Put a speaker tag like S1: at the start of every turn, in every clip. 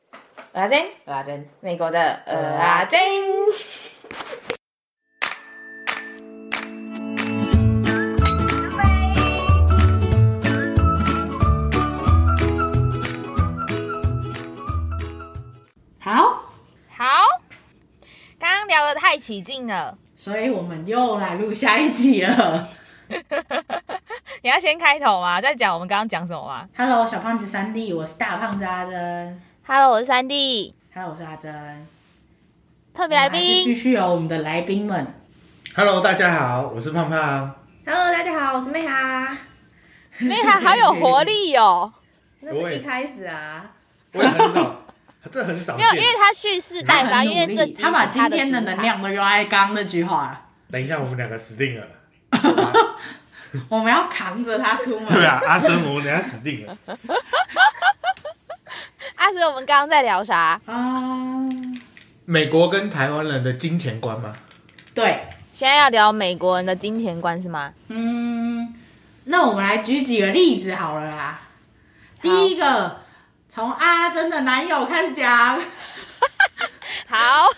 S1: 蚵仔煎，
S2: 蚵仔煎，
S1: 美国的蚵仔煎。
S2: 好，
S1: 好，刚刚聊的太起劲了，
S2: 所以我们又来录下一集了。
S1: 你要先开头吗？再讲我们刚刚讲什么吗
S2: Hello，小胖子三弟，我是大胖子阿珍。
S1: ？Hello，我是三弟，
S2: Hello，我是阿珍。
S1: 特别
S2: 我们还是继，续有我们的来宾们。
S3: Hello，大家好，我是胖胖。
S4: Hello，大家好，我是妹哈。
S1: 妹她好有活力哦，
S4: 那
S3: 我
S4: 是
S3: 也
S4: 一开始啊，
S3: 我也很少， 这很少
S1: 没有，因
S3: 见
S1: 为。她蓄势待
S2: 他
S1: 发，
S2: 很
S1: 因为
S2: 努力
S1: 这集
S2: 他把
S1: 是
S2: 今
S1: 她的
S2: 天的
S1: 主场
S2: 能，量都用在刚刚那句话了。
S3: 等一下，我们两个死定了。
S2: 我们要扛着他出门。
S3: 对啊，阿珍，我们等一下死定了。
S1: 啊，所以我们刚刚在聊啥？
S2: 啊，
S3: 美国跟台湾人的金钱观吗？
S2: 对，
S1: 现在要聊美国人的金钱观是吗？
S2: 嗯，那我们来举几个例子好了啦。第一个，从阿珍的男友开始讲。
S1: 好，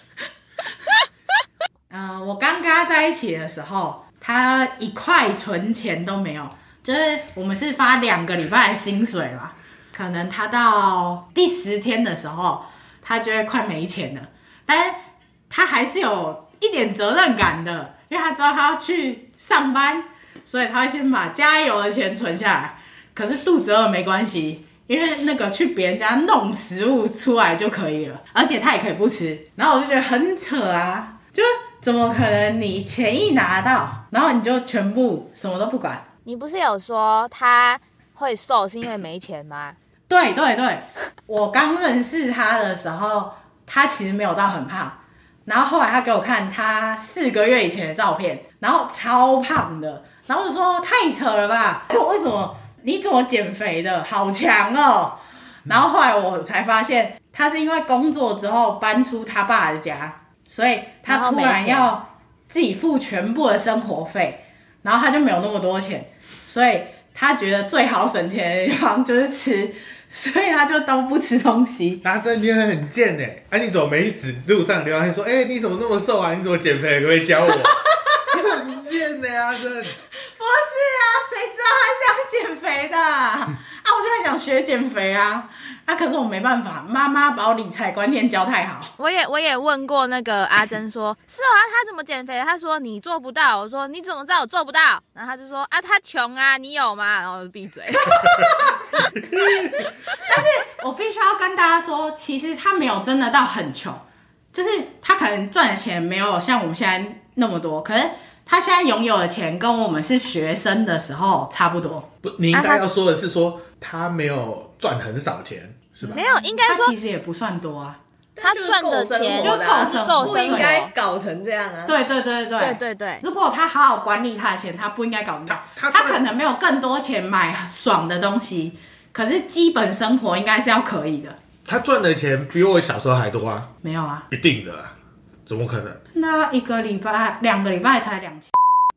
S2: 嗯，我刚跟他在一起的时候，他一块存钱都没有，就是我们是发两个礼拜的薪水嘛，可能他到第十天的时候，他就会快没钱了，但是他还是有一点责任感的，因为他知道他要去上班，所以他会先把加油的钱存下来。可是肚子饿没关系，因为那个去别人家弄食物出来就可以了，而且他也可以不吃。然后我就觉得很扯啊，就是怎么可能你钱一拿到，然后你就全部什么都不管？
S1: 你不是有说她会瘦是因为没钱吗？
S2: 对对对，我刚认识他的时候，他其实没有到很胖，然后后来他给我看他四个月以前的照片，然后超胖的，然后我就说太扯了吧，我为什么你怎么减肥的，好强哦！然后后来我才发现，他是因为工作之后搬出他爸的家，所以
S1: 然
S2: 他
S1: 后
S2: 突
S1: 没
S2: 然
S1: 钱
S2: 要自己付全部的生活费，然后他就没有那么多钱，所以他觉得最好省钱的地方就是吃，所以他就都不吃东西。
S3: 阿珍，你很贱哎、欸！啊，你怎么没指路上流浪汉说，哎、你怎么那么瘦啊？你怎么减肥？可不可以教 我？你很贱的、欸、阿珍。
S2: 不是啊，谁知道他是这样减肥的啊？啊我就很想学减肥啊，啊，可是我没办法，妈妈把我理财观念教太好。
S1: 我也我也问过那个阿珍说，是啊，她怎么减肥？她说你做不到。我说你怎么知道我做不到？然后她就说啊，她穷啊，你有吗？然后我就闭嘴。
S2: 我必须要跟大家说，其实他没有真的到很穷，就是他可能赚的钱没有像我们现在那么多，可是他现在拥有的钱跟我们是学生的时候差不多。
S3: 不，你应该要说的是说他没有赚很少钱，是吧
S1: 没？有，应该
S2: 他
S1: 说
S2: 其实也不算多啊。
S1: 她
S4: 但就是
S1: 赚的
S4: 够生
S1: 钱
S4: 活的
S2: 就
S4: 啊
S2: 够生活
S1: 够
S4: 不
S1: 生
S4: 应
S1: 活。
S4: 该搞成这样啊。
S2: 对对对对
S1: 对对对，
S2: 如果他好好管理他的钱，他不应该搞不到。
S3: 他他
S2: 他可能没有更多钱买爽的东西，可是基本生活应该是要可以的。
S3: 他赚的钱比我小时候还多啊，
S2: 没有啊，
S3: 一定的啊，怎么可能？
S2: 那一个礼拜、两个礼拜才两千，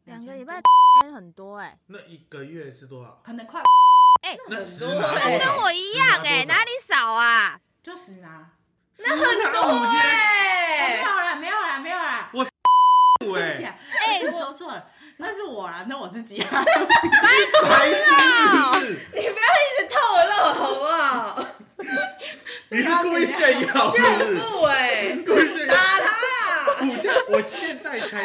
S1: 两个礼拜天很多哎、
S3: 那一个月是多少？
S2: 可能快
S4: 那
S3: 那
S4: 很
S3: 十
S4: 多
S3: 拿
S4: 欸
S3: 多
S1: 跟
S3: 少？
S1: 啊我一样哎、
S3: 十拿多少
S1: 哪里少啊？
S2: 就十拿。
S3: 那很多
S2: 哦没有
S4: 对，
S2: 啦，没有啦，没有啦。
S3: 五
S2: 对不起
S3: 哎，
S2: 啊，
S1: 哎
S2: 哎，
S1: 我
S2: 说错了，那是我啦，那我自己啊。
S3: 白痴！
S4: 你不要一直透露好不好？
S3: 你是故意炫耀是不
S4: 炫
S3: 是？
S4: 富哎，
S3: 故意炫耀
S4: 打！他！
S3: 五千，我现在才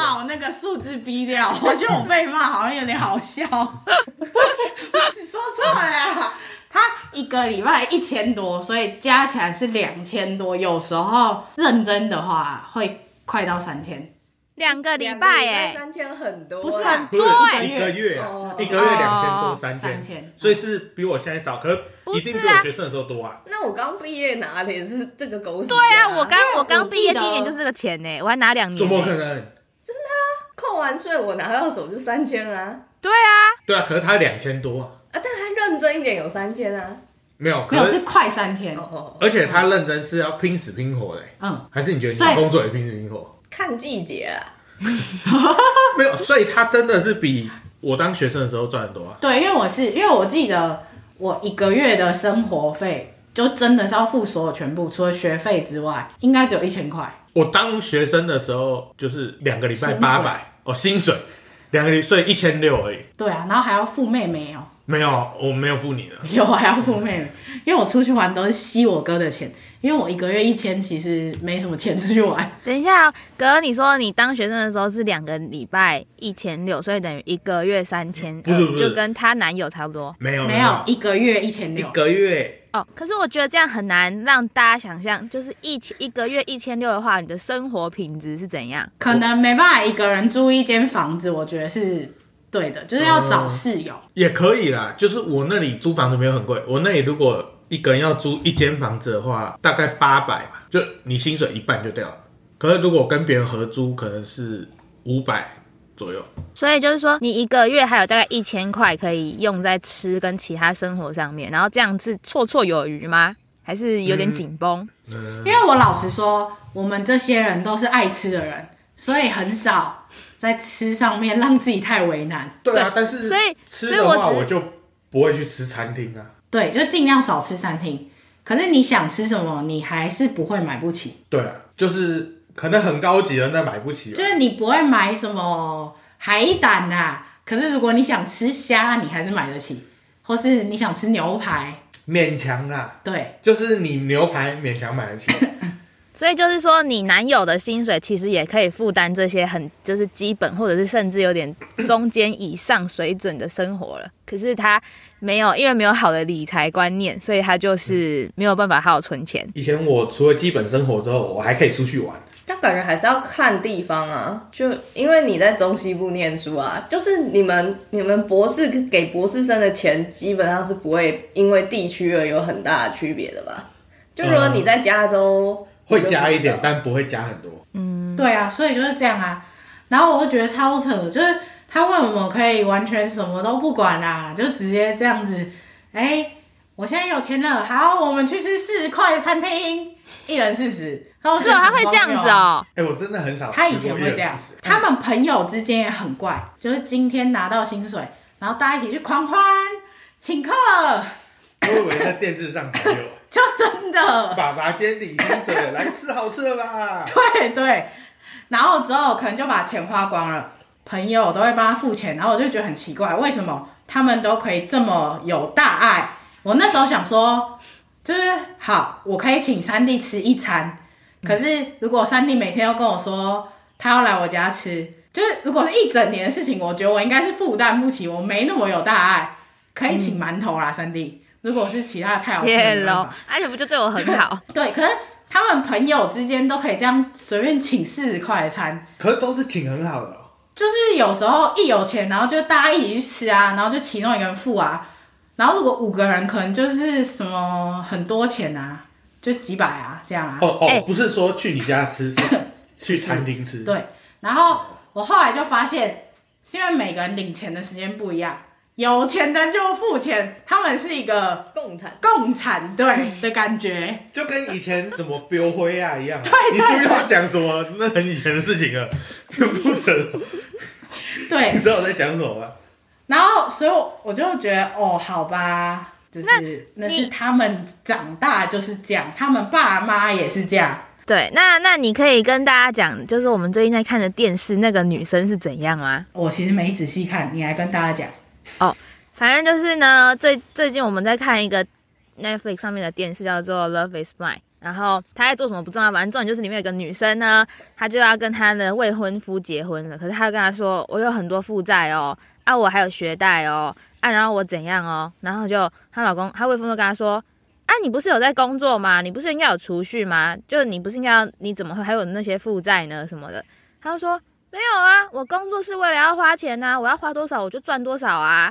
S2: 把我那个数字逼掉， 我觉得我被骂好像有点好笑。我只说错了啦，他一个礼拜一千多，所以加起来是两千多，有时候认真的话会快到三千。
S1: 两个礼
S4: 两
S1: 拜
S4: 个
S1: 哎、
S4: 三千很多啊，
S2: 不是很欸
S3: 不是
S1: 对
S3: 一个月啊
S4: 哦，
S3: 一个月两千多
S1: 哦
S3: 三
S2: 三
S3: 千
S2: 千，
S3: 所以是比我现在少，可
S1: 不
S3: 是
S1: 是
S3: 一定比
S1: 啊
S3: 我学生的时候多啊。
S4: 那我刚毕业拿的也是这个狗屎。
S1: 对啊，我刚我刚
S2: 我
S1: 毕业
S2: 记
S1: 第
S2: 得
S1: 一年就是这个钱呢、我还拿两年、
S3: 怎么可
S1: 欸。
S3: 能？
S4: 扣完税，我拿到手就三千啊
S1: 对啊，
S3: 对啊，可是他两千多啊，
S4: 啊！但他认真一点有三千啊。
S3: 没有，
S2: 没有
S3: 可
S2: 是
S3: 是
S2: 快三千，
S4: 哦，
S3: 而且他认真是要拼死拼活的欸，
S2: 嗯，
S3: 还是你觉得你
S2: 所以
S3: 的工作也拼死拼活？
S4: 看季节啊，
S3: 没有，所以他真的是比我当学生的时候赚的多啊。
S2: 对，因为我是因为我记得我一个月的生活费就真的是要付所有全部，除了学费之外，应该只有一千块。
S3: 我当学生的时候就是两个礼拜
S2: 薪水
S3: 八百哦，薪水两个礼所以一千六而已，
S2: 对啊，然后还要付妹妹哦、
S3: 没有，我没有付你的。
S2: 有还要付妹妹，因为我出去玩都是吸我哥的钱，因为我一个月一千，其实没什么钱出去玩。
S1: 等一下、哦，哥，你说你当学生的时候是两个礼拜一千六，所以等于一个月三千，呃
S3: 不是不是
S1: 就跟她男友差不多
S3: 没有
S2: 没有，一个月一千
S3: 嗯一
S2: 六，
S3: 个月
S1: 哦。可是我觉得这样很难让大家想象，就是一起一个月一千六的话，你的生活品质是怎样？
S2: 可能没办法一个人租一间房子，我觉得是对的，就是要找
S3: 嗯
S2: 室友。
S3: 也可以啦。就是我那里租房子没有很贵，我那里如果一个人要租一间房子的话，大概八百吧，就你薪水一半就掉了。可是如果跟别人合租，可能是五百左右。
S1: 所以就是说，你一个月还有大概一千块可以用在吃跟其他生活上面，然后这样是绰绰有余吗？还是有点紧绷？
S3: 嗯
S2: 因为我老实说，我们这些人都是爱吃的人，所以很少在吃上面让自己太为难。
S3: 对啊，
S1: 对
S3: 但是
S1: 所以
S3: 吃
S1: 所以
S3: 的
S1: 我
S3: 话，
S1: 只
S3: 我就不会去吃餐厅啊。
S2: 对，就尽量少吃餐厅。可是你想吃什么，你还是不会买不起，
S3: 对啊，就是可能很高级的那买不起吧
S2: 就。是你不会买什么海胆啊。可是如果你想吃虾，你还是买得起，或是你想吃牛排，
S3: 勉强啦，
S2: 对，
S3: 就是你牛排勉强买得起，
S1: 所以就是说，你男友的薪水其实也可以负担这些很就是基本，或者是甚至有点中间以上水准的生活了。可是他没有，因为没有好的理财观念，所以他就是没有办法好好存钱。
S3: 以前我除了基本生活之后，我还可以出去玩。
S4: 但感觉还是要看地方啊，就因为你在中西部念书啊，就是你们你们博士给博士生的钱基本上是不会因为地区而有很大的区别的吧？就如果你在加州，
S3: 嗯会加一点
S4: 你，就不知道
S3: 但不会加很多。
S2: 对啊，所以就是这样啊。然后我就觉得超扯的，就是他为什么可以完全什么都不管啦、就直接这样子，哎、我现在有钱了，好，我们去吃四十块的餐厅，一人四十。然后我
S1: 是
S2: 觉得
S1: 哦，他
S2: 很
S1: 会
S2: 荒
S1: 这样子
S2: 谬啊。
S1: 哦。
S3: 哎、我真的很少吃过
S2: 他以
S3: 一人四十。
S2: 前会这样，
S3: 嗯
S2: 他们朋友之间也很怪，就是今天拿到薪水，然后大家一起去狂欢请客，
S3: 我以为在电视上才有。
S2: 就真的。
S3: 爸爸今天领薪水了，来吃好吃的吧。
S2: 对 对，然后之后可能就把钱花光了，朋友都会帮他付钱，然后我就觉得很奇怪，为什么他们都可以这么有大爱？我那时候想说，就是好，我可以请三弟吃一餐，可是如果三弟每天要跟我说他要来我家吃，就是如果是一整年的事情，我觉得我应该是负担不起，我没那么有大爱，可以请馒头啦，三弟。如果是其他的啊太好吃了，
S1: 谢
S2: 没办
S1: 喽
S2: 法，
S1: 而且不就对我很好？
S2: 对，可是他们朋友之间都可以这样随便请四十块的餐，
S3: 可是都是挺很好的哦、
S2: 就是有时候一有钱，然后就大家一起去吃啊，然后就其中一个人付啊，然后如果五个人可能就是什么很多钱啊，就几百啊这样啊，
S3: 哦哦，
S1: 哎
S3: 不是说去你家吃，是去餐厅吃。
S2: 对，然后我后来就发现，是因为每个人领钱的时间不一样，有钱的就付钱，他们是一个
S4: 共产
S2: 共产队的感觉。
S3: 就跟以前什么标灰啊一样。对
S2: 对
S3: 你是不是要讲什么？那很以前的事情了，不能。
S2: 对
S3: 你，知道我在讲什么吗？
S2: 然后，所以我我就觉得，哦，好吧，就是那
S1: 你
S2: 是他们长大就是这样，他们爸妈也是这样。
S1: 对，那那你可以跟大家讲，就是我们最近在看的电视那个女生是怎样啊吗？
S2: 我其实没仔细看，你来跟大家讲。
S1: 反正就是呢，最最近我们在看一个 Netflix 上面的电视，叫做《Love Is Mine》。然后她在做什么不重要，反正重点就是里面有个女生呢，她就要跟她的未婚夫结婚了。可是她就跟他说：“我有很多负债哦，啊，我还有学贷哦，啊，然后我怎样哦。”然后就她老公，她未婚夫就跟她说：“啊，你不是有在工作吗？你不是应该有储蓄吗？就你不是应该要你怎么会还有那些负债呢什么的？”她就说：“没有啊，我工作是为了要花钱呐、我要花多少我就赚多少啊。”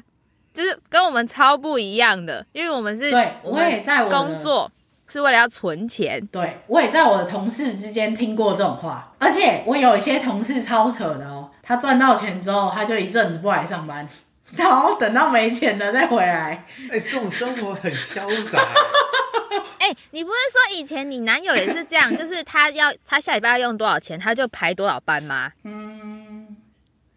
S1: 就是跟我们超不一样的，因为我们是
S2: 对，
S1: 我
S2: 我
S1: 们
S2: 也在我的
S1: 工，作是为了要存钱，
S2: 对我也在我的同事之间听过这种话，而且我有一些同事超扯的哦，他赚到钱之后，他就一阵子不来上班，然后等到没钱了再回来。
S3: 哎、这种生活很潇洒、啊
S1: 哎、你不是说以前你男友也是这 样，就是他要他下礼拜要用多少钱，他就排多少班吗？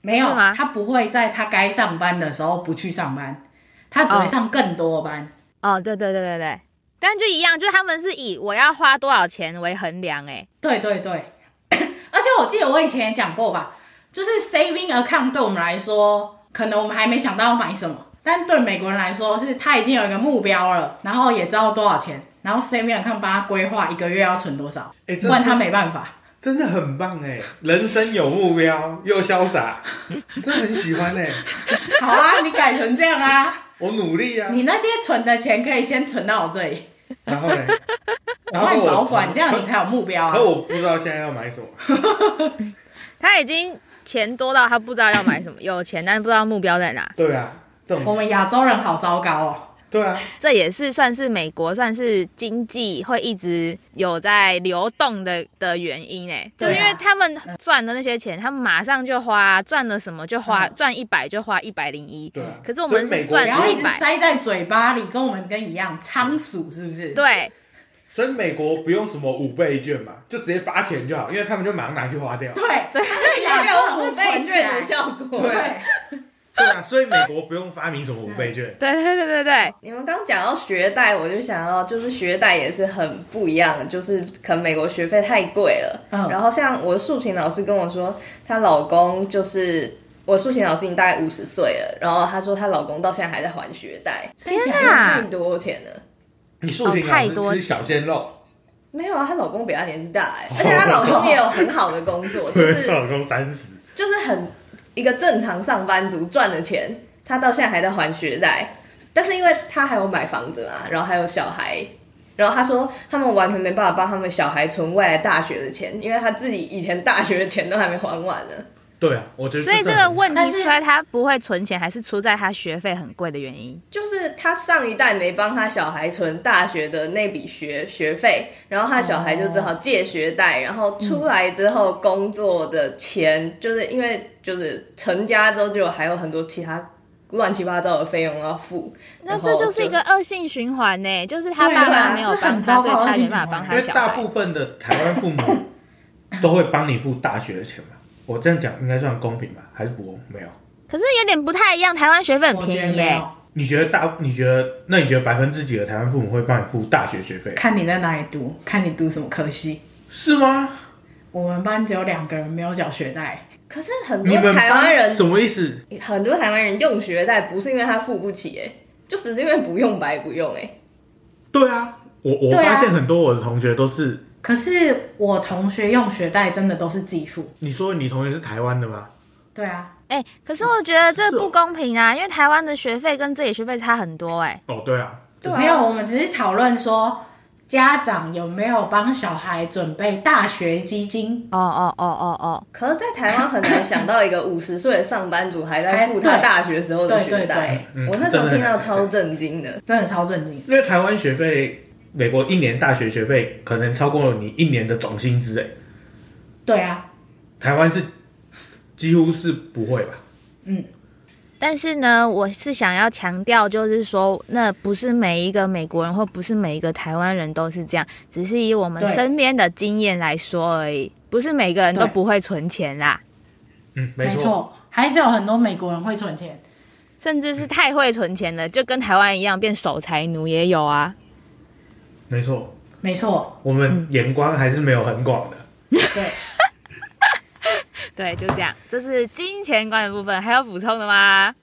S2: 没有
S1: 是吗，
S2: 他不会在他该上班的时候不去上班，他只
S1: 哦
S2: 会上更多班。
S1: 哦，对对对对对，但就一样，就是他们是以我要花多少钱为衡量、欸，
S2: 对对对， 而且我记得我以前也讲过吧，就是 saving account 对我们来说，可能我们还没想到要买什么，但对美国人来说是他已经有一个目标了，然后也知道多少钱，然后 saving account 帮他规划一个月要存多少，
S3: 哎、
S2: 不
S3: 这
S2: 然他
S3: 是
S2: 没办法。
S3: 真的很棒哎、人生有目标又潇洒，真的很喜欢哎、
S2: 好啊，你改成这样啊，
S3: 我努力啊。
S2: 你那些存的钱可以先存到我这里，
S3: 然后呢？然
S2: 帮
S3: 后
S2: 你
S3: 我
S2: 保管，这样你
S3: 可
S2: 才有目标啊
S3: 可。我不知道现在要买什么。
S1: 他已经钱多到他不知道要买什么，有钱但不知道目标在哪。
S3: 对啊，这
S2: 我
S3: 种
S2: 们亚洲人好糟糕哦。
S3: 对啊，
S1: 这也是算是美国算是经济会一直有在流动的的原因哎，就
S2: 对啊
S1: 是因为他们赚的那些钱，他们马上就花，赚了什么就花，
S2: 嗯
S1: 赚一百就花一百零一
S3: 对啊。
S1: 可是我们
S3: 所以
S1: 是
S3: 美国
S1: 赚
S2: 不要一
S1: 一
S2: 直
S1: 百，
S2: 塞在嘴巴里，跟我们跟一样仓鼠是不是？，
S1: 对
S3: 所以美国不用什么五倍券嘛，就直接发钱就好，因为他们就马上拿去花掉。
S2: 对对，
S4: 这
S2: 亚洲
S4: 有
S2: 人会
S4: 五
S2: 存
S4: 倍
S2: 起
S4: 券的
S2: 来。
S4: 效果。
S3: 啊
S2: 对，
S3: 对啊，所以美国不用发明什么五倍券。
S1: 对对对对对，
S4: 你们刚讲到学贷，我就想到就是学贷也是很不一样的，就是可能美国学费太贵了。
S2: 嗯
S4: 然后像我的竖琴老师跟我说，她老公就是我竖琴老师已经大概五十岁了，然后她说她老公到现在还在还学贷，
S2: 天
S1: 天
S2: 哪！
S1: 哪
S4: 太！多钱了。
S3: 你竖琴
S1: 哦太
S3: 老
S1: 多
S3: 师吃小鲜肉，
S4: 没有啊，她老公比她年纪大哎、而且她老公也有很好的工作，就
S3: 对，
S4: 是
S3: 老公三十，
S4: 就是很一个正常上班族赚的钱，他到现在还在还学贷，但是因为他还有买房子嘛，然后还有小孩，然后他说他们完全没办法帮他们小孩存未来大学的钱，因为他自己以前大学的钱都还没还完呢。
S3: 对啊，我觉得
S1: 所以这
S3: 这
S1: 个问
S2: 但
S1: 题
S2: 是
S1: 出在他不会存钱，还是出在他学费很贵的原因。
S4: 就是他上一代没帮他小孩存大学的那笔学学费，然后他小孩就只好借学贷，然后出来之后工作的钱，就是因为就是成家之后就有还有很多其他乱七八糟的费用要付，
S1: 那
S4: 然后
S1: 这就是一个恶性循环呢、就是他
S2: 对
S1: 爸
S2: 啊
S1: 妈没有
S2: 这
S1: 帮
S2: 很
S1: 他，
S2: 糟
S1: 所以
S2: 糕的
S1: 他
S2: 恶性
S1: 没办
S2: 循
S1: 法
S2: 环
S1: 帮
S3: 因
S1: 他
S3: 为
S1: 小
S3: 大
S1: 孩
S3: 部。分的台湾父母都会帮你付大学的钱嘛。我这样讲应该算公平吧？还是不公没有？
S1: 可是有点不太一样，台湾学费很
S2: 我觉
S1: 便
S2: 得
S1: 宜耶、
S2: 没有，
S3: 你觉得大？你觉得那你觉得百分之几的台湾父母会帮你付大学学费？
S2: 看你在哪里读，看你读什么科系。
S3: 是吗？
S2: 我们班只有两个人没有缴学贷，
S4: 可是很
S3: 你
S4: 多
S3: 们
S4: 台湾
S3: 班
S4: 人
S3: 什么意思？
S4: 很多台湾人用学贷不是因为他付不起、哎，就只是因为不用白不用、哎，
S3: 对啊，我我
S2: 对啊
S3: 发现很多我的同学都是，
S2: 可是我同学用学贷真的都是自己付。
S3: 你说你同学是台湾的吗？
S2: 对啊，
S1: 哎、可是我觉得这
S3: 是哦
S1: 不公平啊，因为台湾的学费跟这里学费差很多哎、
S3: 哦，对啊，
S4: 对啊
S2: 没有，我们只是讨论说家长有没有帮小孩准备大学基金。
S1: 哦哦哦哦哦，
S4: 可是，在台湾很难想到一个五十岁的上班族还在付他
S2: 还对
S4: 大学时候的
S2: 对对
S4: 学贷
S3: 对嗯。
S4: 我那时候
S3: 真的
S4: 听到
S3: 很
S4: 超震惊的。
S2: 真的超震惊，
S3: 因为台湾学费，美国一年大学学费可能超过你一年的总薪资，哎，
S2: 对啊，
S3: 台湾是几乎是不会吧？
S1: 但是呢，我是想要强调，就是说，那不是每一个美国人或不是每一个台湾人都是这样，只是以我们
S2: 对
S1: 身边的经验来说而已，不是每个人都
S2: 对
S1: 不会存钱啦，
S3: 嗯，没
S2: 没
S3: 错，
S2: 错，还是有很多美国人会存钱。
S1: 甚至是太会存钱的，就跟台湾一样变守财奴也有啊。
S3: 没错，
S2: 没错，
S3: 我们眼光还是没有很广的。
S2: 对，
S1: 对，就这样，这是金钱观的部分，还有补充的吗？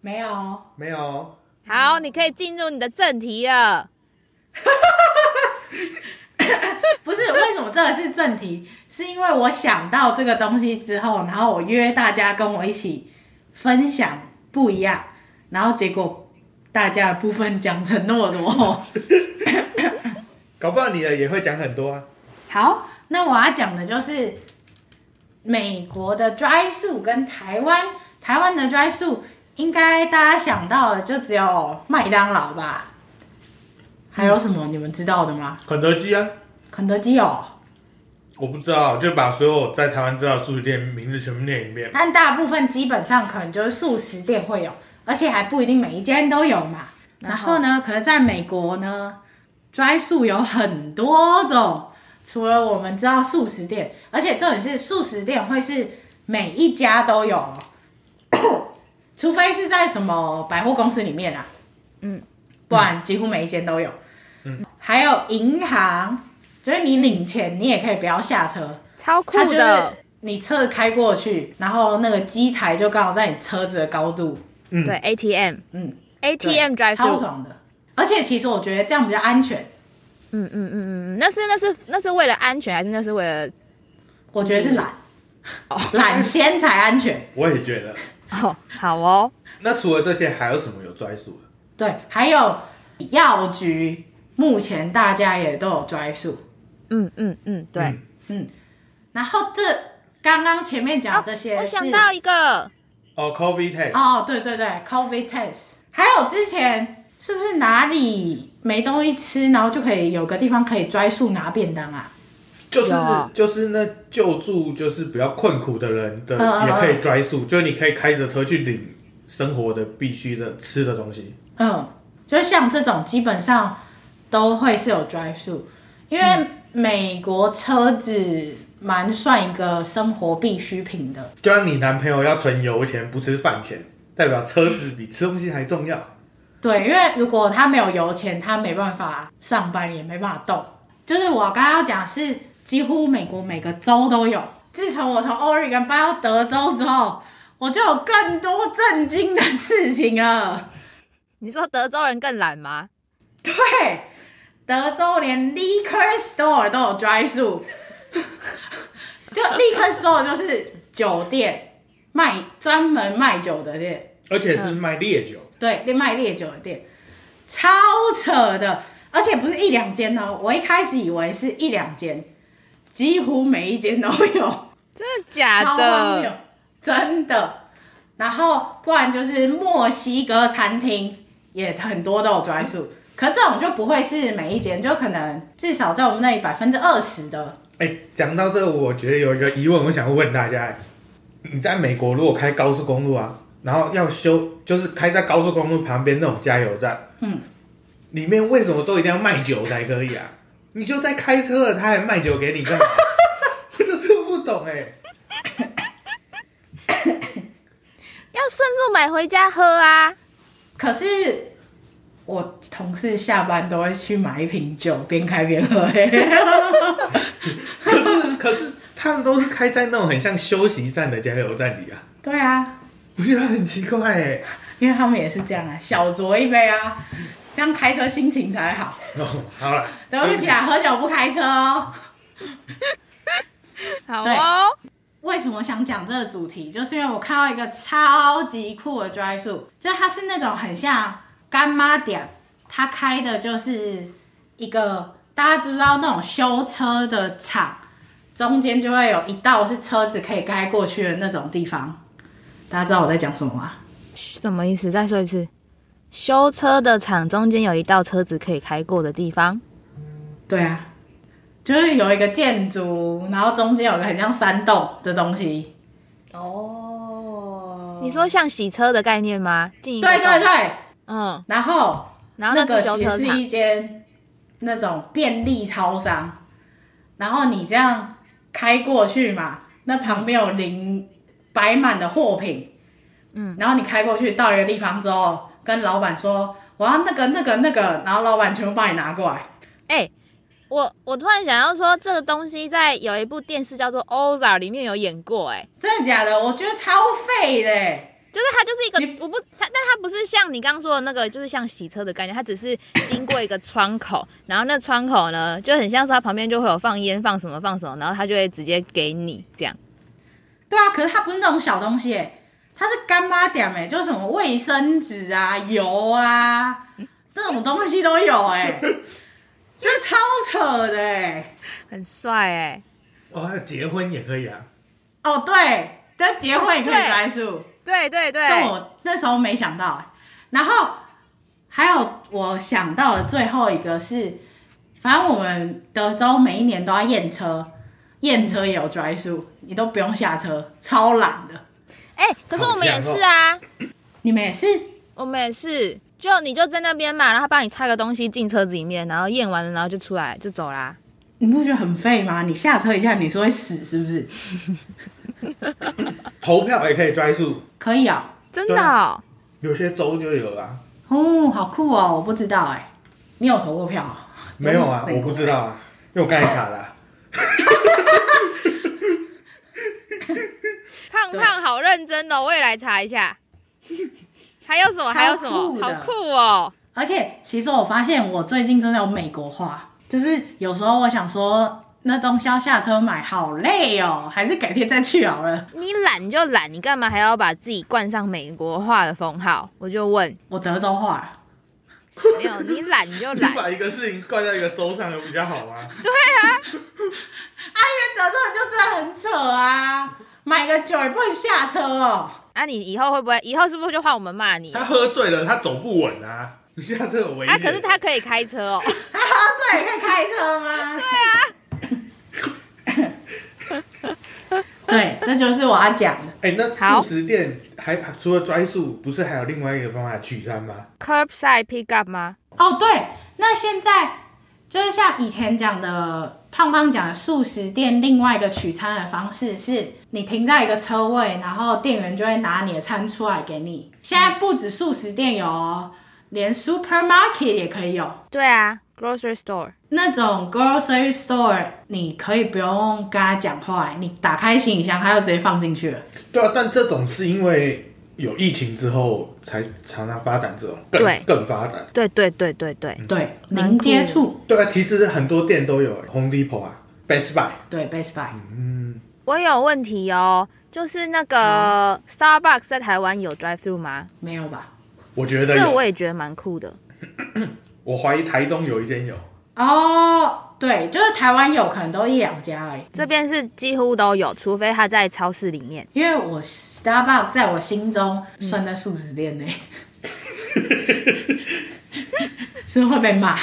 S2: 没有，
S3: 没有，
S1: 好，你可以进入你的正题了。
S2: 不是为什么这个是正题？是因为我想到这个东西之后，然后我约大家跟我一起分享不一样，然后结果大家的部分讲成那么多。
S3: 搞不好你的也会讲很多啊。
S2: 好，那我要讲的就是美国的 dry 树跟台湾台湾的 dry 树，应该大家想到的就只有麦当劳吧？还有什么你们知道的吗？
S3: 肯德基啊，
S2: 肯德基有。
S3: 我不知道，就把所有在台湾知道的速食店名字全部念一遍。
S2: 但大部分基本上可能就是素食店会有，而且还不一定每一间都有嘛。然
S1: 然
S2: 后
S1: 后
S2: 呢，可是在美国呢，dry 素有很多种，除了我们知道素食店，而且这里是素食店会是每一家都有哦，除非是在什么百货公司里面啊，嗯，不然几乎每一间都有。还有银行，就是你领钱，你也可以不要下车，
S1: 超酷
S2: 它就是
S1: 的，
S2: 你车开过去，然后那个机台就刚好在你车子的高度，
S1: 对 ATM，
S2: 嗯对
S1: ATM drive
S2: 超
S1: through，
S2: 爽的。而且其实我觉得这样比较安全，
S1: 嗯嗯嗯嗯嗯，那是那是那是为了安全还是那是为了
S2: 我觉得是懒
S1: 哦，
S2: 懒先才安全。
S3: 我也觉得。
S1: 哦好哦，
S3: 那除了这些，还有什么有专属的？
S2: 对，还有药局，目前大家也都有拽数。
S1: 嗯嗯嗯，对，
S3: 嗯
S2: 然后这刚刚前面讲这些、
S1: 哦我
S2: 是
S1: 想到一个，
S3: 哦，COVID test，、
S2: 哦，对对对，COVID test，还有之前是不是哪里没东西吃，然后就可以有个地方可以拽数拿便当啊？
S3: 就是
S1: 有啊
S3: 就是那救助就是比较困苦的人的
S2: 嗯嗯
S3: 也可以拽数，就是你可以开着车去领生活的必须的吃的东西。
S2: 嗯，就是像这种基本上都会是有 drive through，因为美国车子蛮算一个生活必需品的。
S3: 就像你男朋友要存油钱不吃饭钱，代表车子比吃东西还重要。
S2: 对，因为如果他没有油钱，他没办法上班，也没办法动。就是我刚刚要讲的是，几乎美国每个州都有。自从我从 Oregon 搬到德州之后，我就有更多震惊的事情了。
S1: 你说德州人更懒吗？
S2: 对，德州连 liquor store 都有 drive through，就 liquor store 就是酒店卖专门卖酒的店，
S3: 而且
S2: 嗯
S3: 是卖烈酒，
S2: 对，卖烈酒的店，超扯的，而且不是一两间哦，我一开始以为是一两间，几乎每一间都有。
S1: 真的假
S2: 超荒谬
S1: 的？，
S2: 真的。然后不然就是墨西哥餐厅也很多都有专属，可这种就不会是每一间，就可能至少在我们那里百分之二十的。
S3: 哎、讲到这，我觉得有一个疑问，我想问大家：你在美国如果开高速公路啊，然后要修，就是开在高速公路旁边那种加油站，
S2: 嗯，
S3: 里面为什么都一定要卖酒才可以啊？你就在开车了，他还卖酒给你干嘛？ 我就这不懂哎、
S1: 要顺路买回家喝啊！
S2: 可是我同事下班都会去买一瓶酒，边开边喝、 欸。
S3: 可是可是他们都是开在那种很像休息站的加油站里啊，
S2: 对啊，
S3: 我觉得很奇怪哎、
S2: 因为他们也是这样啊，小酌一杯啊，这样开车心情才好。
S3: 哦，好了，
S2: 对不起啊，喝酒不开车哦。
S1: 好
S2: 对
S1: 哦，
S2: 为什么想讲这个主题，就是因为我看到一个超级酷的 drive thru，就是它是那种很像干妈点，它开的就是一个大家知不知道那种修车的厂，中间就会有一道是车子可以开过去的那种地方。大家知道我在讲什么吗？
S1: 什么意思？再说一次。修车的厂中间有一道车子可以开过的地方，
S2: 对啊，就是有一个建筑，然后中间有个很像山洞的东西。
S4: 哦，
S1: 你说像洗车的概念吗？进一个
S2: 对对
S1: 洞，
S2: 对，
S1: 嗯，
S2: 然后
S1: 然后那
S2: 个
S1: 是修
S2: 也
S1: 车
S2: 是
S1: 厂，
S2: 一间那种便利超商，然后你这样开过去嘛，那旁边有零摆满的货品，嗯，然后你开过去到一个地方之后，跟老板说我要那个那个那个，然后老板全部帮你拿过来。
S1: 哎、我我突然想要说，这个东西在有一部电视叫做《Ozark》里面有演过、哎，
S2: 真的假的？我觉得超废的欸、
S1: 就是它就是一
S2: 你
S1: 个，我不它，但它不是像你刚刚说的那个，就是像洗车的概念，它只是经过一个窗口，然后那窗口呢就很像是它旁边就会有放烟、放什么、放什么，然后它就会直接给你这样。
S2: 对啊，可是它不是那种小东西、欸，它是干妈点哎、就是什么卫生纸啊、油啊，那种东西都有哎、就是超扯的哎、
S1: 很帅哎、
S3: 哦，还有结婚也可以啊，
S2: 哦，对，但结婚也可以
S1: 对
S2: 摘树，
S1: 对对对，
S2: 这我那时候没想到欸。然后还有我想到的最后一个是，反正我们德州每一年都要验车，验车也有摘树，你都不用下车，超懒的。
S1: 哎、可是我们也是啊，
S2: 你们也是
S1: 我们也是，就你就在那边嘛，然后他帮你插个东西进车子里面，然后验完了，然后就出来就走啦。
S2: 你不觉得很废吗？你下车一下，你是会死是不是？
S3: 投票也可以拽数，
S2: 可以啊、
S1: 真的、哦，
S3: 有些州就有啊。
S2: 哦，好酷哦！我不知道哎、你有投过票、哦？
S3: 没有啊，
S2: 美
S3: 我
S2: 国
S3: 不知道啊，因为我刚才查的 啊、
S1: 胖
S2: 对
S1: 胖好认真哦，我也来查一 下。还有什么？还有什
S2: 超
S1: 么
S2: 酷？的
S1: 好酷哦！
S2: 而且其实我发现我最近真的有美国化，就是有时候我想说那东西要下车买好累哦，还是改天再去好了。
S1: 你懒就懒，你干嘛还要把自己冠上美国化的封号？我就问，
S2: 我德州话了，
S1: 没有，你懒就
S3: 你
S1: 懒，
S3: 把一个事情怪在一个州上有比较好啊
S2: 因
S3: 吗？
S2: 为德州人就真的很扯啊，买个酒也不能下车哦。
S1: 啊，你以后会不会？以后是不是就换我们骂你？
S3: 他
S1: 啊，
S3: 喝醉了，他走不稳啊，你下次有危险。
S1: 可是他可以开车哦。
S2: 他喝啊醉也可以开车吗？对啊。 对，这就是我要讲的。
S3: 哎、那
S1: 好
S3: 素食店还除了拽素，不是还有另外一个方法取餐吗？
S1: Curbside pick up 吗？
S2: 哦，对，那现在就是像以前讲的，胖胖讲的素食店，另外一个取餐的方式是，你停在一个车位，然后店员就会拿你的餐出来给你。现在不止素食店有哦，连 supermarket 也可以有。
S1: 对啊，grocery store。
S2: 那种 grocery store，你可以不用跟他讲话，欸你打开行李箱，他就直接放进去了。
S3: 对啊，但这种是因为有疫情之后才常常发展这种，
S1: 对
S3: 更更发展。
S1: 对对对对对，
S2: 对，
S1: 蛮
S2: 零
S1: 酷
S2: 接
S1: 的
S2: 触。
S3: 对啊，其实很多店都有 Home Depot 啊，Best Buy。
S2: 对，Best Buy。
S1: 我有问题哦，就是那个 Starbucks 在台湾有 drive through 吗？
S2: 没有吧？
S3: 我觉得
S1: 这个
S3: 有，
S1: 我也觉得蛮酷的。
S3: 我怀疑台中有一间有。
S2: 哦、对，就是台湾有可能都一两家而已，
S1: 这边是几乎都有，除非它在超市里面。
S2: 因为我 Starbucks 在我心中算在素食店内， 是不是会被骂。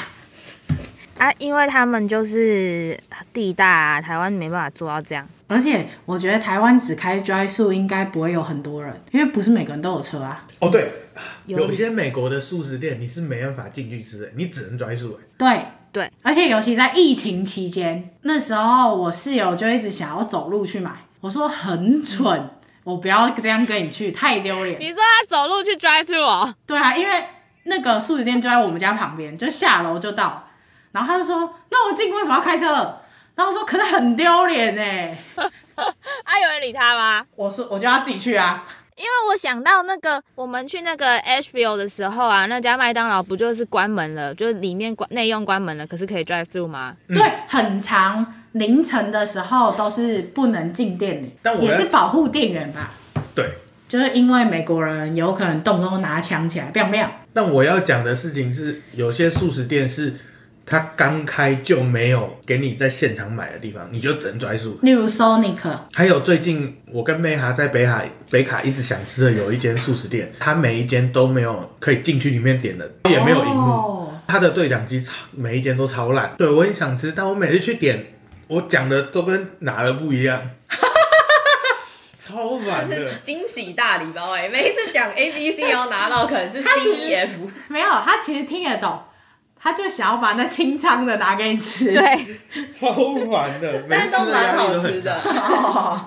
S1: 啊，因为他们就是地大、啊，台湾没办法做到这样。
S2: 而且我觉得台湾只开 dry 素应该不会有很多人，因为不是每个人都有车啊。
S3: 哦，对，
S1: 有
S3: 有些美国的素食店你是没办法进去吃的，你只能拽素、欸。
S2: 对
S1: 对，
S2: 而且尤其在疫情期间，那时候我室友就一直想要走路去买，我说很蠢，我不要这样跟你去，太丢脸。
S1: 说他走路去 drive through 哦？
S2: 对啊，因为那个素食店就在我们家旁边，就下楼就到。然后他就说：“那我进为什么要开车？”然后我说：“可是很丢脸哎。
S1: 啊，有人理他吗？”
S2: 我说：“我就要自己去啊。
S1: 因为我想到那个我们去那个 Asheville 的时候啊，那家麦当劳不就是关门了，就是里面关内用关门了，可是可以 drive through 吗？
S2: 对，很长凌晨的时候都是不能进店里，
S3: 但我
S2: 也是保护店员吧，
S3: 对，
S2: 就是因为美国人有可能动不动拿枪起来，biang biang。
S3: 但我要讲的事情是，有些素食店是它刚开就没有给你在现场买的地方，你就只能拽素。
S2: 例如 Sonic，
S3: 还有最近我跟妹哈在北海北卡一直想吃的有一间素食店，它每一间都没有可以进去里面点的，也没有荧幕。
S2: 哦
S3: 它的对讲机超每一间都超烂，对我很想吃，但我每次去点，我讲的都跟拿的不一 样，超烦
S4: 是
S3: 的。
S4: 惊喜大礼包哎、每一次讲 A B C 然后拿到可能是 C E F，
S2: 没有，他其实听得懂，他就想要把那清仓的拿给你吃。
S1: 对，
S3: 超烦的，每
S4: 但
S3: 次
S4: 是都
S3: 的压
S4: 蛮
S3: 力
S4: 好
S3: 都很
S4: 吃
S3: 大
S4: 的。。
S2: 哦，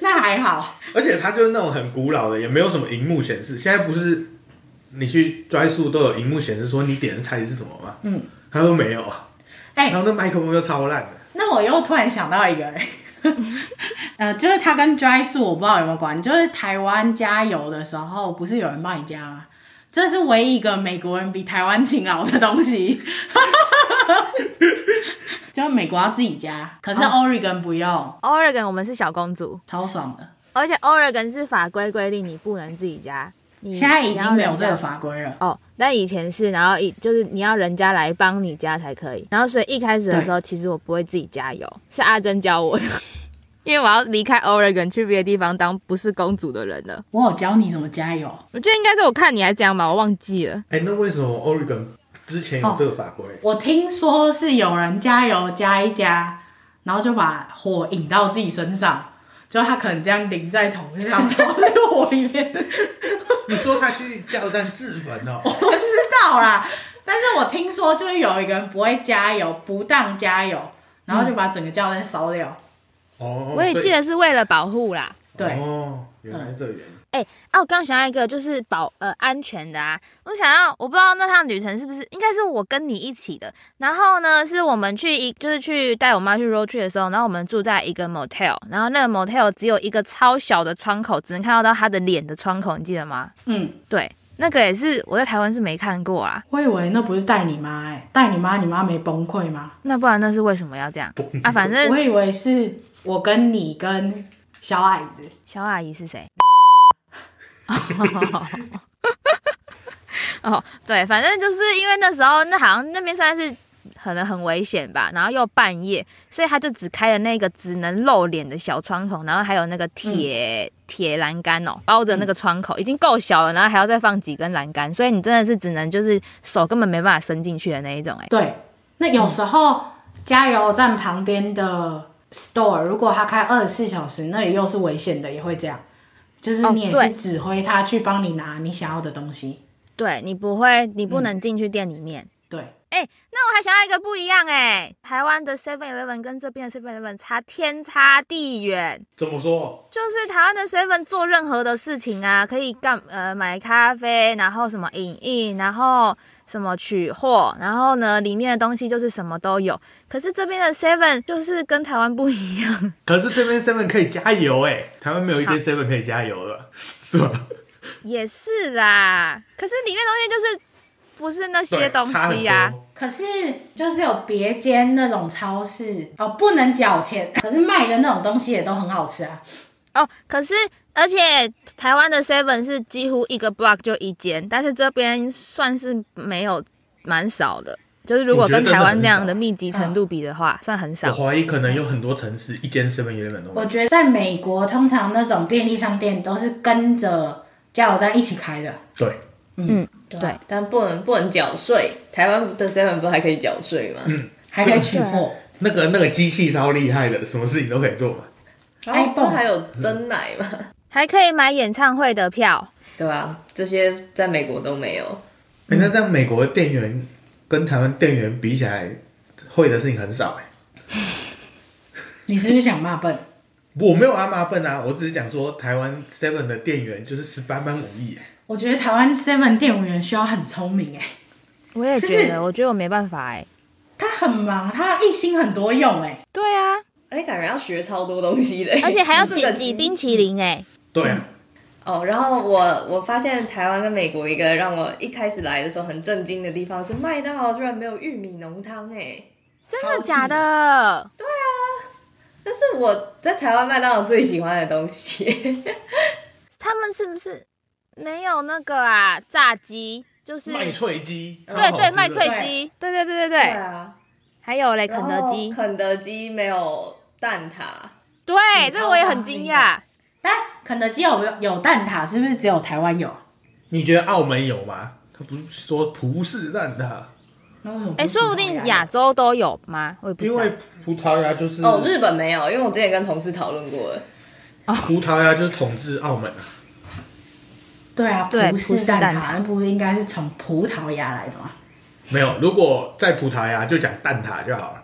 S2: 那还好。
S3: 而且它就是那种很古老的，也没有什么荧幕显示。现在不是你去摘树都有荧幕显示说你点的菜是什么吗？
S2: 嗯，
S3: 他说没有，啊，
S2: 哎、
S3: 然后那麦克风又超烂的。
S2: 那我又突然想到一个、 哎呃，就是它跟 dry 素我不知道有没有关，就是台湾加油的时候，不是有人帮你加吗？这是唯一一个美国人比台湾勤劳的东西， 就是美国要自己加，可是
S1: 哦
S2: Oregon 不用，
S1: Oregon 我们是小公主，
S2: 超爽的。
S1: 而且 Oregon 是法规规定你不能自己加，你
S2: 现在已经没
S1: 嗯你要
S2: 有
S1: 人
S2: 这
S1: 家
S2: 个法规了，
S1: 哦，但以前是，然后以就是你要人家来帮你加才可以，然后所以一开始的时候，其实我不会自己加油，是阿珍教我的， 因为我要离开 Oregon 去别的地方当不是公主的人了。
S2: 我有教你怎么加油。
S1: 我觉得应该是我看你还这样吧，我忘记了。
S3: 哎、那为什么 Oregon 之前有这个法规？
S2: 我听说是有人加油加一加，然后就把火引到自己身上，就他可能这样淋在头上，然后在火里面，
S3: 你说他去加油站自焚哦？
S2: 我不知道啦。但是我听说就是有一个人不会加油，不当加油，然后就把整个教练烧掉。
S3: 哦，
S1: 我也
S3: 所以
S1: 记得是为了保护啦。
S2: 对，
S3: 哦，原来是这个原因。
S1: 哎、啊，我刚想到一个就是保呃安全的啊，我想要我不知道那趟旅程是不是应该是我跟你一起的，然后呢是我们去一就是去带我妈去 road trip 的时候，然后我们住在一个 motel，然后那个 motel 只有一个超小的窗口，只能看得到她的脸的窗口，你记得吗？
S2: 嗯，
S1: 对，那个也是我在台湾是没看过啊，
S2: 我以为那不是带你妈哎、带你妈，你妈没崩溃吗？
S1: 那不然那是为什么要这样啊？反正
S2: 我以为是我跟你跟小矮子，
S1: 小阿姨是谁？ 哦，对，反正就是因为那时候那好像那边算是可能很危险吧，然后又半夜，所以他就只开了那个只能露脸的小窗口，然后还有那个铁、铁栏杆哦，包着那个窗口，已经够小了，然后还要再放几根栏杆，所以你真的是只能就是手根本没办法伸进去的那一种哎、
S2: 对，那有时候加油站旁边的 store 如果他开二十四小时，那也又是危险的，也会这样，就是
S1: 哦
S2: 你也
S1: 对
S2: 是指挥他去帮你拿你想要的东西。
S1: 对你不会，你不能进去店里面。
S2: 对，
S1: 哎、那我还想要一个不一样哎、台湾的 Seven Eleven 跟这边的 Seven Eleven 差天差地远。
S3: 怎么说？
S1: 就是台湾的 Seven 做任何的事情啊，可以干呃买咖啡，然后什么影印，然后什么取货，然后呢里面的东西就是什么都有。可是这边的 Seven 就是跟台湾不一样，
S3: 可是这边 Seven 可以加油哎、台湾没有一间 Seven 可以加油了，是吧？
S1: 也是啦。可是里面东西就是不是那些东西啊呀、
S3: 对差很多
S2: 可是就是有别间那种超市哦，不能缴钱，可是卖的那种东西也都很好吃啊。
S1: 哦，可是而且台湾的 Seven 是几乎一个 block 就一间，但是这边算是没有蛮少的，就是如果
S3: 我觉得
S1: 跟台湾
S3: 真的很
S1: 这样
S3: 少哦
S1: 的密集程度比的话，算很少
S3: 我。怀疑可能有很多城市一间 Seven Eleven 都没
S2: 我
S3: 有。
S2: 觉得在美国，通常那种便利商店都是跟着加油站一起开的。
S3: 对，
S1: 对，
S4: 但不能不能缴税，台湾的 seven 不是还可以缴税吗？
S3: 嗯
S2: 还可以取货。
S3: 那个那个机器超厉害的，什么事情都可以做嘛。
S4: 然后哦不
S2: iPhone
S4: 是还有真奶吗？
S1: 还可以买演唱会的票。
S4: 对啊，这些在美国都没有。
S1: 嗯
S3: 欸、那这样美国的店员跟台湾店员比起来，会的事情很少哎、
S2: 你是不是想骂笨？
S3: 我没有阿妈笨啊，我只是讲说台湾 Seven 的店员就是十八般武艺、欸，
S2: 我觉得台湾 Seven 店务员需要很聪明哎、
S1: 我也
S2: 就是
S1: 觉得，我觉得我没办法哎、
S2: 他很忙，他一心很多用哎、
S1: 对啊，
S4: 哎、感觉要学超多东西的，
S1: 而且 还要
S4: 这
S1: 挤
S4: 个
S1: 挤冰淇淋哎、
S3: 对啊，
S4: 哦。然后我我发现台湾跟美国一个让我一开始来的时候很震惊的地方是麦当劳居然没有玉米浓汤哎，
S1: 真
S2: 超
S1: 的
S2: 级
S1: 假的？
S4: 那是我在台湾麦当劳最喜欢的东西。
S1: 他们是不是没有那个啊？炸鸡就是
S3: 麦脆鸡，
S1: 对对麦脆
S2: 对
S1: 鸡，对对对对
S4: 对
S1: 对，
S4: 啊，
S1: 还有嘞
S4: 然
S1: 肯
S4: 后
S1: 德基，
S4: 肯德基没有蛋挞，
S1: 对，这
S2: 超
S1: 个我也
S2: 常
S1: 很
S2: 见
S1: 惊
S2: 的
S1: 讶。
S2: 但肯德基有有蛋挞，是不是只有台湾有？
S3: 你觉得澳门有吗？他不是说葡式啊蛋挞，
S2: 那为什么？
S1: 哎、说不定亚。洲都有吗？我也不知啊
S3: 因
S1: 道。
S3: 为葡萄牙就是
S4: 哦，日本没有，因为我之前跟同事讨论过了。
S3: 葡萄牙就是统治澳门啊，
S2: 对啊，
S1: 对
S2: 葡
S1: 葡
S2: 式
S1: 式
S2: 蛋
S1: 蛋
S2: 挞，那不应该是从葡萄牙来的吗？
S3: 没有，如果在葡萄牙就讲蛋挞就好了，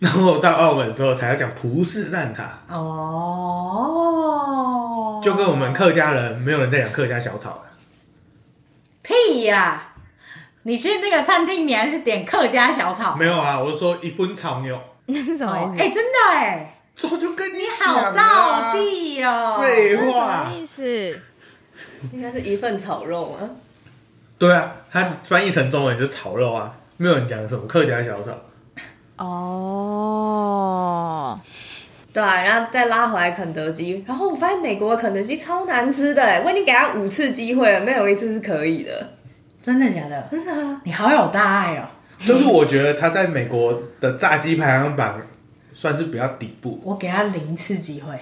S3: 然后到澳门之后才要讲葡式蛋挞，
S2: 哦，
S3: 就跟我们客家人没有人在讲客家小炒了。
S2: 屁呀、你去那个餐厅，你还是点客家小炒，
S3: 没有啊，我说一分炒牛，
S1: 那 是什么
S2: 哦
S1: 意思？
S2: 哎、真的哎、
S3: 早就跟你
S2: 你好
S3: 讲
S2: 道
S3: 啦。
S2: 地哦、
S1: 这
S3: 废
S1: 是什
S3: 话
S1: 么，意思？
S4: 应该是一份炒肉吗？
S3: 对啊，它翻译成中文就是炒肉啊，没有人讲什么客家小炒。
S1: 哦，
S4: 对啊，然后再拉回来肯德基，然后我发现美国的肯德基超难吃的欸，我已经给他五次机会了，没有一次是可以的。
S2: 真的假的？真的、你好有大爱哦、
S3: 就是我觉得它在美国的炸鸡排行榜算是比较底部，
S2: 我给他零次机会，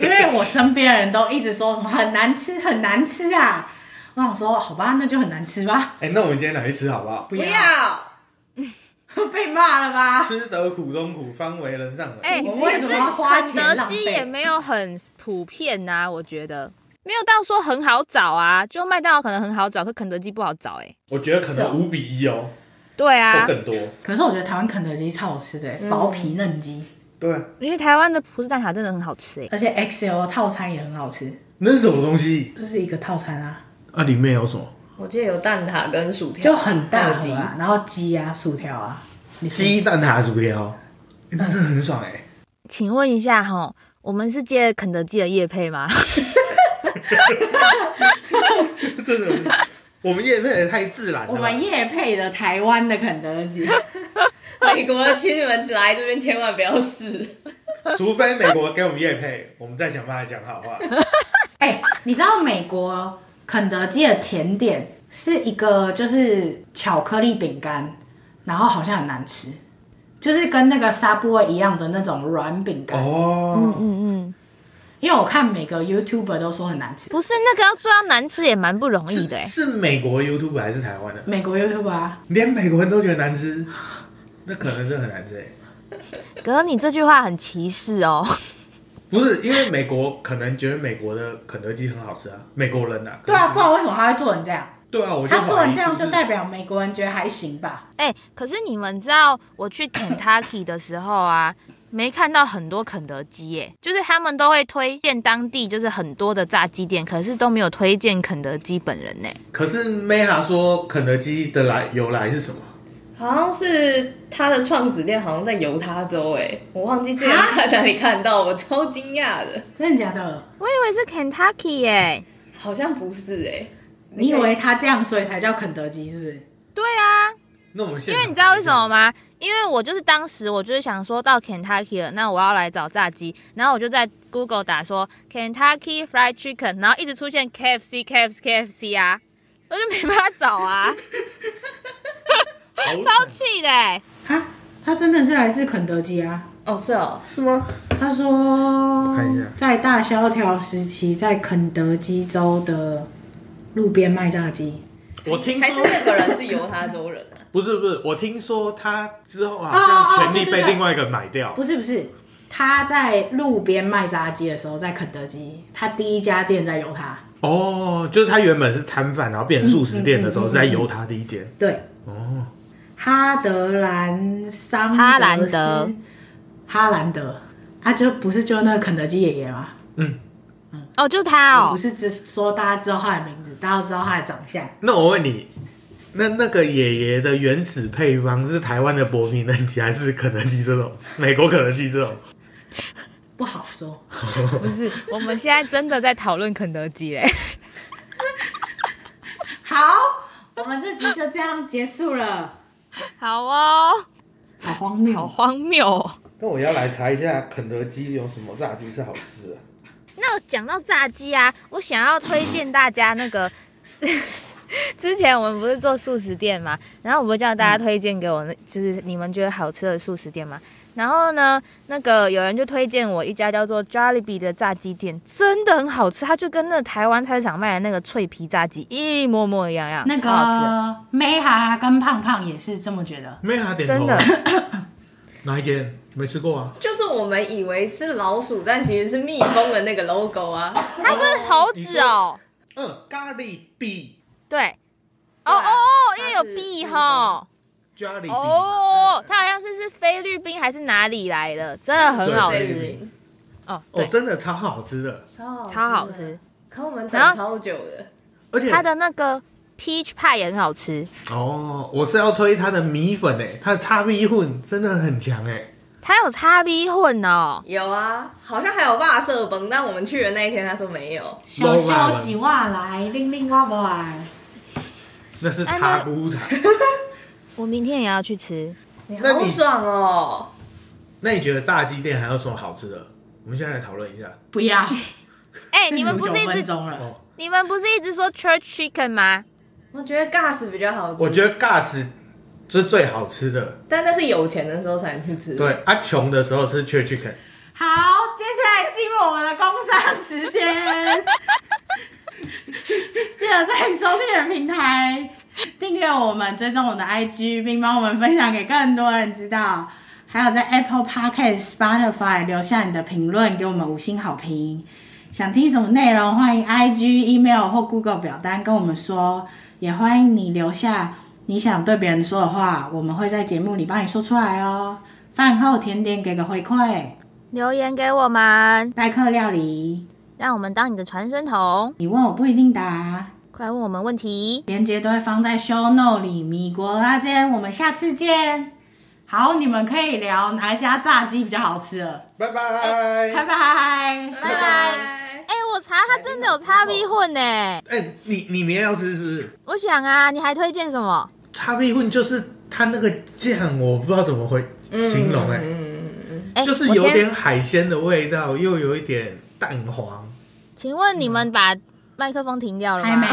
S2: 因为我身边的人都一直说什么很难吃，很难吃啊。我想说，好吧，那就很难吃吧，
S3: 哎、那我们今天来去吃好不好？
S2: 不
S4: 不
S2: 要
S4: 要，
S2: 被骂了吧？
S3: 吃得苦中苦，方为人上人。
S1: 哎、
S2: 我
S1: 可
S2: 为什么要花
S1: 是肯
S2: 钱
S1: 德
S2: 浪
S1: 基
S2: 费
S1: 也没有很普遍呐、我觉得没有到说很好找啊，就麦当劳可能很好找，可肯德基不好找哎、
S3: 我觉得可
S2: 是哦
S3: 能五比一哦，
S1: 对
S3: 或
S1: 啊，
S3: 更多。
S2: 可是我觉得台湾肯德基超好吃的、
S4: 嗯
S2: 薄皮嫩鸡，
S3: 对啊，
S1: 因为台湾的葡式蛋挞真的很好吃哎、
S2: 而且 XL 套餐也很好吃。
S3: 那是什么东西？
S2: 就是一个套餐啊，
S3: 啊，里面有什么？
S4: 我记得有蛋挞跟薯条，
S2: 就很大
S4: 嗯还有
S2: 盒
S4: 鸡
S2: 啊，然后鸡啊、薯条啊，你说
S3: 鸡蛋挞薯条，欸那真的很爽哎、
S1: 请问一下哈，我们是接肯德基的业配吗？
S3: 真的，我们叶配的太自然了吧。
S2: 我们夜配的台湾的肯德基，
S4: 美国的，请你们来这边千万不要试。
S3: 除非美国给我们叶配，我们再想办法讲好话。
S2: 哎、你知道美国肯德基的甜点是一个就是巧克力饼干，然后好像很难吃，就是跟那个沙布一样的那种软饼干。
S3: 哦，
S1: 嗯嗯，
S2: 因为我看每个 YouTuber 都说很难吃，
S1: 不是那个要做到难吃也蛮不容易的哎、
S3: 是是美国 YouTube 还是台湾的？
S2: 美国 YouTuber 啊，
S3: 连美国人都觉得难吃，那可能是很难吃、欸。
S1: 可是你这句话很歧视哦。
S3: 不是因为美国可能觉得美国的肯德基很好吃啊，美国人呐、啊。
S2: 对啊，不然为什么他会做成这样？
S3: 对啊，我就
S2: 他做成这
S3: 怀
S2: 样
S3: 疑是
S2: 就
S3: 不是
S2: 代表美国人觉得还行吧？
S1: 哎、可是你们知道我去 Kentucky 的时候啊， 没看到很多肯德基耶，就是他们都会推荐当地就是很多的炸鸡店，可是都没有推荐肯德基本人呢。
S3: 可是 Meha 说肯德基的来由来是什么？
S4: 好像是他的创始店，好像在犹他州诶、我忘记之前
S2: 啊
S4: 看哪里看到，我超惊讶的，
S2: 真的假的？
S1: 我以为是 Kentucky 耶。
S4: 好像不是欸诶、
S2: 你以为他这样所以才叫肯德基是不是？
S1: 对啊，
S3: 那我们现
S1: 因
S3: 场
S1: 为你知道为什么吗？因为我就是当时我就是想说到 Kentucky 了，那我要来找炸鸡，然后我就在 Google 打说 Kentucky Fried Chicken，然后一直出现 KFC KFC KFC 啊，我就没办法找啊，
S3: 好
S1: 超气的欸耶、
S2: 哈，他真的是来自肯德基啊。
S4: 哦，是哦，
S3: 是吗？
S2: 他说
S3: 看一下，
S2: 在大萧条时期，在肯德基州的路边卖炸鸡
S3: 我听
S4: 还是
S3: 说
S4: 那个人是犹他州人啊？
S3: 不是不是，我听说他之后好
S2: 哦哦
S3: 像权
S2: 对
S3: 力
S2: 对
S3: 被
S2: 对
S3: 另外一个人买掉。
S2: 不是不是，他在路边卖炸鸡的时候，在肯德基，他第一家店在犹他，
S3: 哦，就是他原本是摊贩，然后变成素食店的时候是在犹他第一间。
S2: 对，
S3: 哦，
S2: 哈德兰桑
S1: 哈兰
S2: 德斯
S1: 德，
S2: 哈兰德，啊，就不是就那个肯德基爷爷吗？
S1: 哦，就他
S2: 我不
S1: 哦，
S2: 是只说大家知道他的名字，大家都知道他的长相，
S3: 那我问你，那那个爷爷的原始配方是台湾的薄米嫩鸡，还是肯德基这种美国肯德基这种？
S2: 不好说。
S1: 不是，我们现在真的在讨论肯德基嘞。
S2: 好，我们这集就这样结束了，
S1: 好哦，
S2: 好荒谬
S1: 好
S2: 哦。
S1: 荒谬、哦。
S3: 那我要来查一下肯德基有什么炸鸡是好吃的。
S1: 那讲到炸鸡啊，我想要推荐大家那个， 之前我们不是做素食店嘛，然后我不是叫大家推荐给我，那就是你们觉得好吃的素食店嘛。然后呢，那个有人就推荐我一家叫做 Jollibee 的炸鸡店，真的很好吃，它就跟那台湾菜市场卖的那个脆皮炸鸡一模模一样样，
S2: 那
S1: 超好吃的。
S2: 个啊梅哈跟胖胖也是这么觉得。
S3: 没有点
S1: 真
S3: 头 啊
S1: 的，
S3: 哪一间没吃过啊？
S4: 就是我们以为是老鼠，但其实是蜜蜂的那个 logo 啊。
S1: 它不是猴子哦。
S3: 嗯，咖喱 B
S1: 对，哦
S4: 对
S1: 哦
S4: 啊
S1: 哦，因
S4: 它
S1: 为有
S4: 是
S1: B
S4: 日本
S1: 哈，
S3: 咖喱 B，、
S1: 哦，它好像是是菲律宾还是哪里来的，真的很好
S4: 菲律
S1: 吃
S4: 宾
S1: 哦，
S3: 哦，
S1: 对，
S3: 真的超好吃的，
S4: 超
S1: 超好吃，。
S4: 可我们
S1: 然后
S2: 啊
S4: 等超久的，
S3: 而且
S1: 它的那个 peach pie 也很好吃，
S3: 哦，我是要推它的米粉诶，它的叉 B 混真的很强欸诶。
S1: 它有叉 B 混哦，
S4: 有啊，好像还有霸色崩，但我们去的那一天他说没有。
S2: 小
S3: 没办
S2: 小
S3: 法
S2: 几哇来，令令哇不来。
S3: 那是
S1: 哎
S3: 叉
S1: 那
S3: 不茶。
S1: 我明天也要去吃。
S4: 你
S3: 那
S4: 好
S3: 你
S4: 爽哦！
S3: 那你觉得炸鸡店还有什么好吃的？我们现在来讨论一下。
S2: 不 要，
S1: 哎、你们不是一
S2: 49分
S1: 直
S2: 钟了？
S3: 哦，
S1: 你们不是一直说 church chicken 吗？
S4: 我觉得 gas 比较好吃，
S3: 我觉得 gas 是最好吃的。
S4: 但那是有钱的时候才能去吃。
S3: 对，啊，穷的时候吃 c h chicken。
S2: 好，接下来进入我们的工商时间。记得在收听的平台订阅我们，追踪我们的 IG，并帮我们分享给更多人知道。还有在 Apple Podcast、Spotify 留下你的评论，给我们五星好评。想听什么内容，欢迎 IG、email 或 Google 表单跟我们说，也欢迎你留下你想对别人说的话，我们会在节目里帮你说出来哦。饭后甜点给个回馈。
S1: 留言给我们，
S2: 代客料理，
S1: 让我们当你的传声筒，
S2: 你问我不一定答，啊
S1: 快来问我们问题。
S2: 连接都会放在 show note 里。米国辣煎，我们下次见。好，你们可以聊哪一家炸鸡比较好吃了。
S3: 拜
S1: 呃
S3: 拜。
S2: 拜拜。
S4: 拜拜。
S1: 哎、我查他真的有叉 B 混呢、
S3: 哎、你你明天要吃是不是？
S1: 我想啊，你还推荐什么？
S3: 叉 B 混就是它那个酱，我不知道怎么会形容哎、
S4: 嗯
S1: 嗯哎、
S3: 就是
S1: 我
S3: 有
S1: 先
S3: 点海鲜的味道，又有一点蛋黄。
S1: 请问你们把麦克风停掉了吗？
S2: 还没，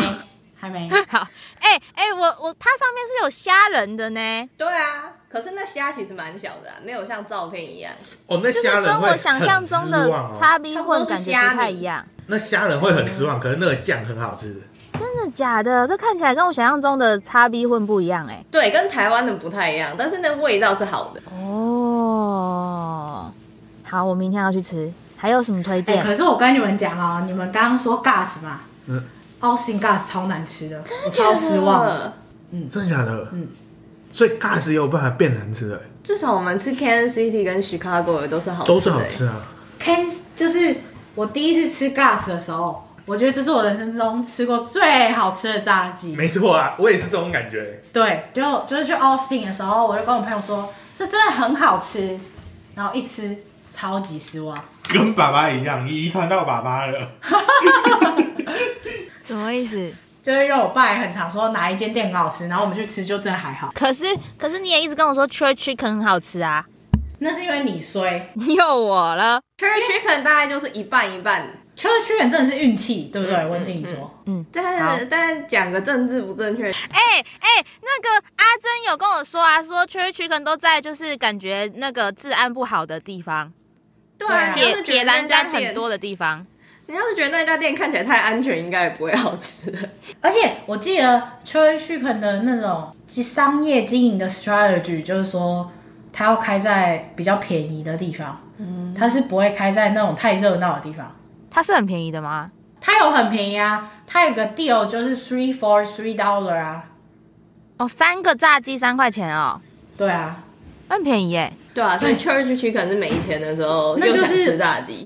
S2: 还没。
S1: 好，哎、哎、我我它上面是有虾仁的
S3: 哎
S1: 呢，
S4: 对啊，可是那虾其实蛮小的、啊，没有像照片一样。
S3: 哦，那
S1: 就是
S3: 虾仁
S1: 跟
S3: 会
S1: 我
S3: 很
S1: 想象中的
S3: 失望哦
S1: 叉 B
S4: 差不多
S1: 混
S4: 是
S1: 感觉
S4: 虾
S1: 不太
S4: 米
S1: 一样。
S3: 那虾仁会很失望，可是那个酱很好吃。
S1: 真的假的？这看起来跟我想象中的叉 B 混不一样哎、
S4: 对，跟台湾的不太一样，但是那味道是好的。
S1: 哦，好，我明天要去吃。还有什么推
S2: 哎、
S1: 荐？
S2: 可是我跟你们讲哦，你们刚刚说 gas 嘛，
S3: 嗯
S2: 嗯，澳新 gas 超难吃的，我超失望。
S4: 了。
S3: 真的假的？
S2: 嗯。
S3: 所以 gas 也有办法变难吃的、
S4: 至少我们吃 Kansas City 跟 Chicago 的都是好吃的、
S3: 哦都是好吃啊。
S2: Can 就是我第一次吃 gas 的时候，我觉得这是我人生中吃过最好吃的炸鸡。
S3: 没错啊，我也是这种感觉。
S2: 对，就就是去 Austin 的时候，我就跟我朋友说，这真的很好吃，然后一吃超级失望。
S3: 跟爸爸一样，你遗传到爸爸了。
S1: 什么意思？
S2: 就是因为我爸也很常说哪一间店很好吃，然后我们去吃就真的还好。
S1: 可是可是你也一直跟我说 church chicken 很好吃啊，
S2: 那是因为你衰，
S1: 你又我了。
S4: Cherry Chicken 大概就是一半一半，
S2: 秋叶区人真的是运气，对不对？我跟你说，
S1: 好
S4: 但但讲个政治不正确，
S1: 哎哎、那个阿珍有跟我说啊，说 church chicken 都在就是感觉那个治安不好的地方，
S4: 对
S2: 啊
S4: 你要
S1: 铁
S4: 是
S1: 铁
S4: 觉得那
S1: 栏
S4: 家
S1: 杆
S4: 店
S1: 很，多的地方。
S4: 你要是觉得那家店看起来太安全，应该也不会好吃。
S2: 而且我记得秋叶旭肯的那种商业经营的 strategy，就是说他要开在比较便宜的地方，嗯，他是不会开在那种太热闹的地方。
S1: 它是很便宜的吗？
S2: 它有很便宜啊，它有个 deal 就是 three for three dollar 啊，
S1: 哦，三个炸鸡三块钱哦，
S2: 对啊，
S1: 很便宜耶。
S4: 对啊，所以 Cherry Chicken 是没钱的时候
S2: 那
S4: 又
S2: 就
S4: 想
S2: 是
S4: 吃炸鸡，